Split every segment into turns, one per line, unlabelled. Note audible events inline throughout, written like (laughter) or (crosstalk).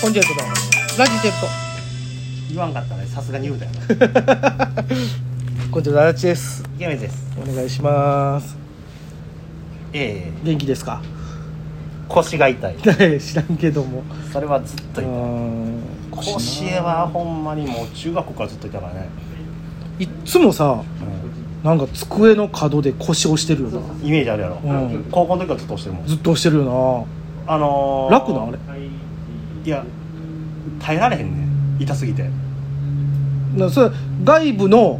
コンチェルトだわラチチェルト
言わんかったねさすがに言うたよな
コンチェルトラチです
イケメンです
お願いします
ええ
元気ですか (laughs)
腰が痛い
知らんけども
それはずっと痛い
腰
腰はほんまにもう中学校からずっと痛いからね、
いっつもさなんか机の角で腰押してるよな
イメージあるやろ、
うん
高校の時からずっと押してるもん
ずっと押してるよ
あの
な
ー、
楽なんあれ
いや耐えられへんね痛すぎて違
なそれ外部の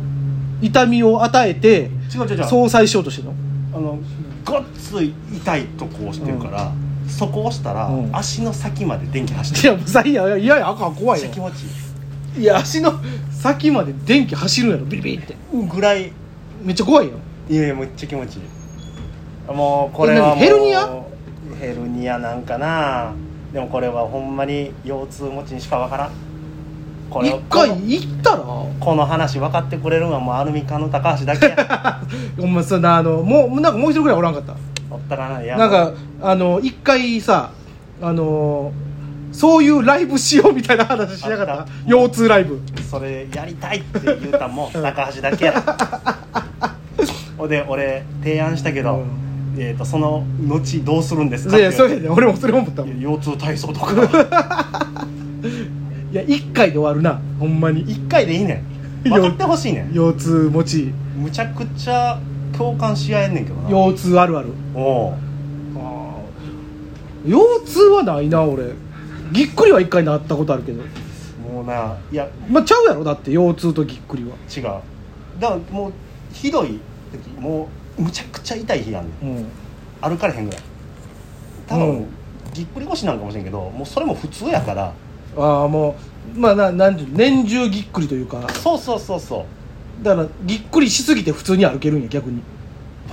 痛みを与えて
う違う違う
相殺しようとしてるの
あのごっつい痛いとこをしてるから、そこを押したら、
うん
足の先まで電気走
い
ってる
やもうさいやいやいやあかん怖
め
い
っちゃ
よ
気持ちい
いや足の先まで電気走るんやろビリビリって
いぐらい
めっちゃ怖いよ
いやいやめっちゃ気持ちいいあもうこれはもう
え何ヘルニア
ヘルニアなんかなでもこれはほんまに腰痛持ちにしかわからんこれ
一回行ったらお
この話分かってくれるのはもうアルミ缶の高橋だけや (laughs)
前そんなあのもうなんかもう一人ぐらいおらんかった
おったらないや
なんかあの一回さあのそういうライブしようみたいな話しなかっ
あ
た
った
腰痛ライブ
それやりたいって言うたんも高橋だけや (laughs) ほんで俺提案したけ
う
ど、
ん
えー、とその後どうするんですか
いやそれ
い
で俺もそれ思ったもん
や腰痛体操と (laughs) か
いや一回で終わるなほんまに
1回でいいねん分かってほしいねん
腰痛持ち
むちゃくちゃ共感し合えんねんけどな
腰痛あるある
おう
腰痛はないな俺ぎっくりは一回なったことあるけど
もうないや
まあちゃうやろだって腰痛とぎっくりは
違うだからもうひどい時もうむちゃくちゃ痛い日やんねん
うん
歩かれへんぐらい多分、
うん
ぎっくり腰なんかもしれんけどもうそれも普通やから
ああもうまあななんていう年中ぎっくりというか
そうそうそうそう
だからぎっくりしすぎて普通に歩けるんや逆に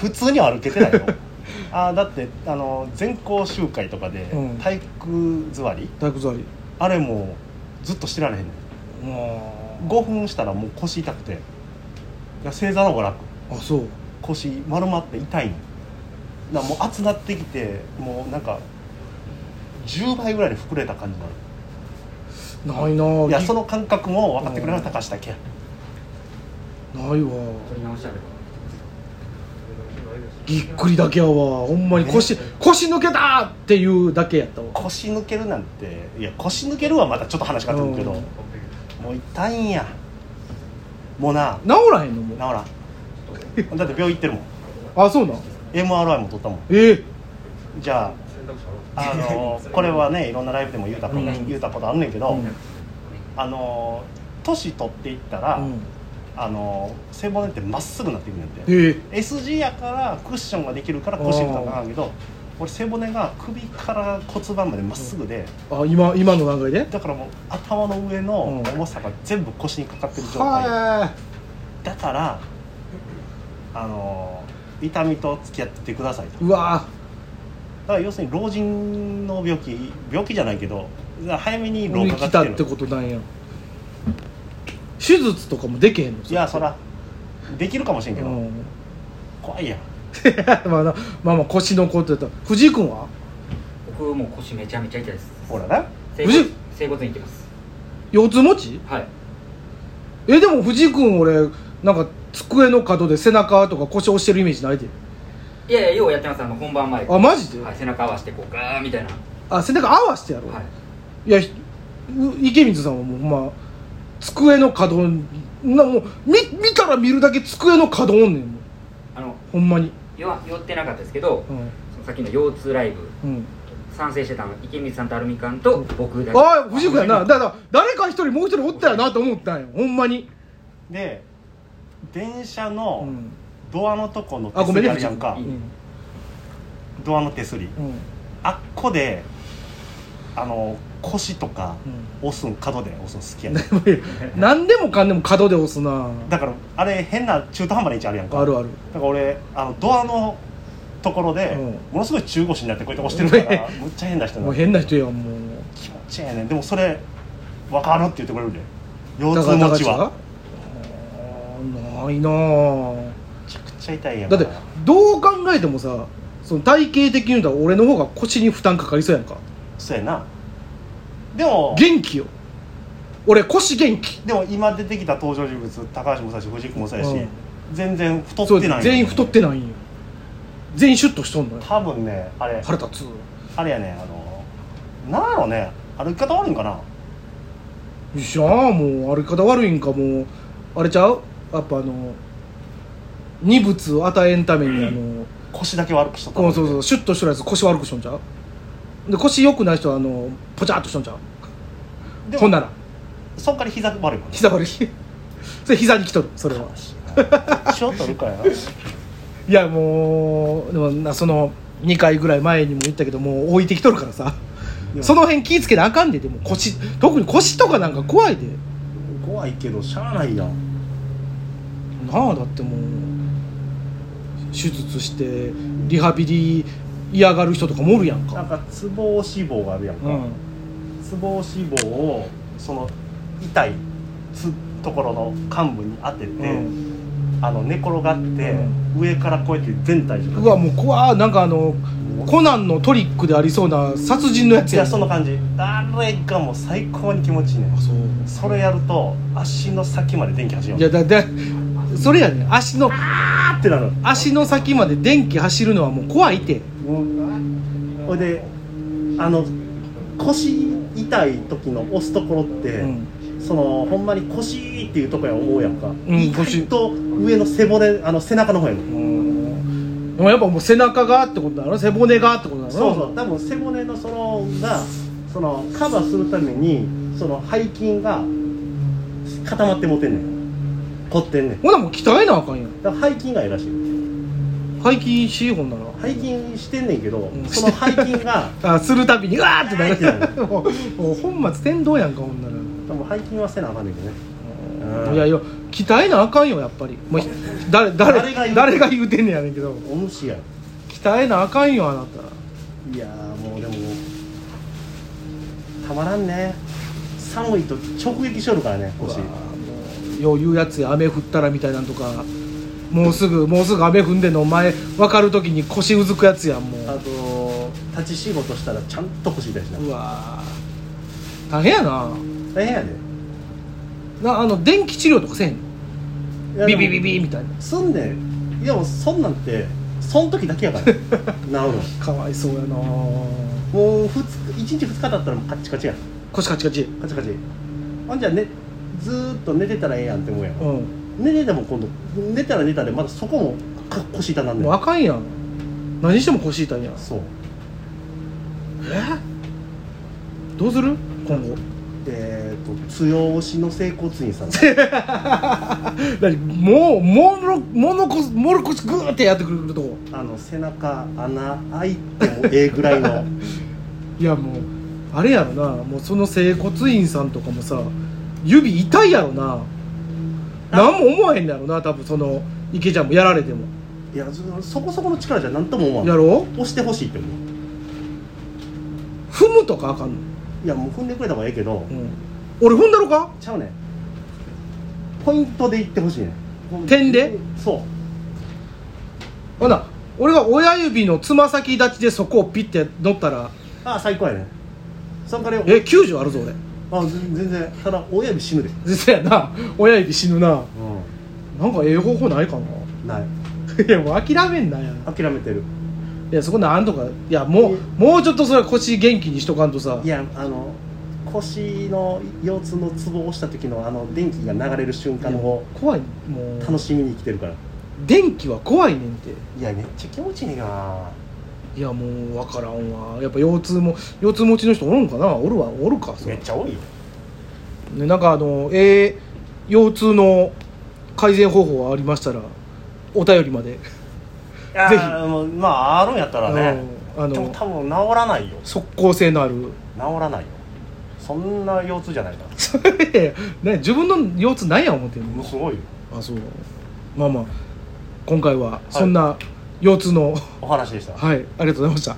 普通には歩けてな
(laughs)
いよあーだってあの全校集会とかで
うん
体育座り、
体育座り
あれもずっとしてられへんねん
あ
5分したらもう腰痛くていや正座の方が楽
あそう
腰丸まって痛いねんだからもう熱なってきてもうなんか10倍ぐらいに膨れた感じになる
ないなあ
いや
ぎ
その感覚も分かってくれな
うん
かった高橋だけや
ないわぎっくりだけやわほんまに腰腰抜けたっていうだけやったわ
腰抜けるなんていや腰抜けるはまたちょっと話変わってくるけど、
うん
もう痛いんやもうな
治らへんのも
治
う
らんだって病院行ってるもん
あそうなん
MRI も取ったもん
ええ
じゃあ、
(laughs)
あのーこれはねいろんなライブでも言うたこと,、
うん
言うたことあんねんけど、
うん
あのー年取っていったら、
うん
あのー背骨ってまっすぐなってくるんやって
ええ
S 字やからクッションができるから腰とかなんけど俺背骨が首から骨盤までまっすぐで、
あ今今の段階で
だからもう頭の上の
うん
重さが全部腰にかかってる状態、
は
だからあのー痛みと付き合っててくださいと
いうわ
だから要するに老人の病気病気じゃないけど早めに老化
来た
が来て
っ
る
てことなんや手術とかもできへんの
いやそらできるかもしれんけ
う
ど、
ん (laughs)
怖いやん
まあなまあまあ腰のことやったら藤井君は
僕もう腰めちゃめちゃ痛いです
ほらな
整骨
うじ
整骨院行ってます
腰痛持ち
はい
えでも藤井君俺なんか机の角で背中とか腰押してるイメージないで
いやいやようやってますあの本番前
あマジで、
はい、背中合わせてこうガーみたいな
あ背中合わせてやろう、
はい
いやひう池水さんはもうほんま机の角なもう見見たら見るだけ机の角おんねんもう
あの
ほんまに
酔わ酔ってなかったですけど、
うん
そのさっきの腰痛ライブ
うん
賛成してたの池水さんとアルミカンと僕だけ
ああ藤井君やなだから誰か一人もう一人おったやなと思ったんよほんまに、
で電車
う
の
ん
ドアのとこの
あ
手
ご
す
めん
り
ね藤
ある
井
やんか、
君
ドアの手すり
うんうん (laughs)
あっこであの腰とか
うん
押すん角で押すん好きやねん
何でもかんでも角で押すな
だからあれ変な中途半端な位置あるやんか
あ (laughs) るある
だから俺あのドアのところで、
うん
ものすごい中腰になってこうやって押してるからむっちゃ変な人
もう
な
変な人やんもう
気持ちええねんでもそれ分かるって言ってくれるで腰
だ
痛
から
持ちは
あーないなあ
めちゃくちゃ痛いやん
だ
か
ってどう考えてもさその体型的に言うたら俺の方が腰に負担かかりそうやんか
そうやなでも
元気よ俺腰元気
でも今出てきた登場人物高橋もそうやし藤井君もそうやし、
うん
全然太っ
そう
てない
全員太ってないんよ全員シュッとしとんのよ
多分ねあれ
腹立つ
あれやねあのなんやろね歩き方悪いんかな
じゃあもう歩き方悪いんかもうあれちゃうやっぱあの二物を与えんためにあの
腰だけ悪くしとった
こうそうそうシュッとしとるやつ腰悪くしとんちゃうで腰良くない人はあのポチャっとしとんちゃう
でも
ほんなら
そっから膝悪いもんね
(laughs) 膝悪いそれ膝に来とるそれは
悲しいな一緒取るからな
いやもうでもなその2回ぐらい前にも言ったけどもう置いてきとるからさ
や
その辺気ぃつけなあかんででも腰特に腰とかなんか怖いで
怖いけどしゃあないやん
なあだってもう手術してリハビリ嫌がる人とかもおるやん
なん
か
かツボ脂肪があるやんか、
うん
ツボ脂肪をその痛いつところの幹部に当てて、
うん
あの寝転がって、上からこうやって全体重かけ
う
て
わもう怖いなんかあの
もう
コナンのトリックでありそうな殺人のやつ
い
や
や
ん
その感じあれがもう最高に気持ちいいね
あそう
それやると足の先まで電気走る
いやだだそれやね足の
あってなる
足の先まで電気走るのはもう怖いって
ほいであの腰痛い時の押すところって、
うん
そのほんまに腰っていうとこや思うやんか、
ん
意外と上の背骨あの背中の方やねん
うんでもやっぱもう背中がってことだろ背骨がってことだろ
そうそう多分背骨のそのがそのカバーするためにその背筋が固まって持てんねん凝ってんねん
ほなもう鍛えなあかんやん
だから背筋がいいらしい
背筋しいほんな
背筋してんねんけど、
ん
その背筋が (laughs)
らあするたびにうわーってな
痛いねん
る (laughs) もうもう本末転倒やんかほんなら
多分背筋はせなあかんねんけどねうん
いやいや鍛えなあかんよやっぱりもう誰誰
誰が言う
誰が言うてんねやねんけど
お主や
鍛えなあかんよあなた
いやーもうでもたまらんね寒いと直撃しよるからね腰
うわーもうよう言うやつや雨降ったらみたいなんとかもうすぐもうすぐ雨踏んでんのお前分かるときに腰うずくやつやんも
あ
う
と立ち仕事したらちゃんと腰痛いしな
うわー大変やな
大変やで
なあの電気治療とかせえへんの
い
ビ
や
ビビ
で
ビみたいな
もすんでいやもうそんなんてそん時だ
(laughs)
けやから治るの
かわいそうやな
もう2日1日2日経ったらもうカッチカチや
腰カチカチ
カチカチほんじゃねずーっと寝てたらええやんって思うやん
うん
寝てても今度寝たら寝たでまだそこもか腰痛なんで
もうあかんやん何しても腰痛いやん
そう
どうする今後
えっ、と強押しの整骨
(laughs)
院さん
何もうもろもろこもろこしグーってやってくるとこ
あの背中穴開いてもええぐらいの
いやもうあれやろなもうその整骨院さんとかもさ指痛いやろな何も思わへんのやろな多分その池ちゃんもやられても
いやそそこそこの力じゃ何とも思わ
や
ん
ろ
押してほしいって思う
踏むとかあかんの、
いやもう踏んでくれた方がええけど、
うん、俺踏んだろか
ちゃうねポイントでいってほしいね
点で
そ
ほな俺が親指のつま先立ちでそこをピッて乗ったら
うああ最高やねそんからよ
え90あるぞ俺
あ全全然ただ親指死ぬで
実やな親指死ぬな
う
なんかええ方法ないかな
んない
いやもう諦めんなや
諦めてる
いやそこなんとかいやもうもうちょっとそれは腰元気にしとかんとさ
いやあの腰の腰痛のツボを押した時のあの電気が流れる瞬間を
怖いもう
楽しみに生きてるから
電気は怖いねんて
いやめっちゃ気持ちいいねんない
やもう分からんわやっぱ腰痛も腰痛持ちの人おるんかなおるわおるかそ
めっ
れ
ちゃ多いよ
ねなんかあのええ腰痛の改善方法はありましたらお便りまで
いや
ぜひ
ーもうまああるんやったらね
うんあ
でも
の
多分治らないよ
即効性のある (laughs)
治らないよそんな腰痛じゃないか
それね自分の腰痛なんや思ってんの
らすごいよ
あそうまあまあ今回はそんな腰痛の
お話でした
はい、ありがとうございました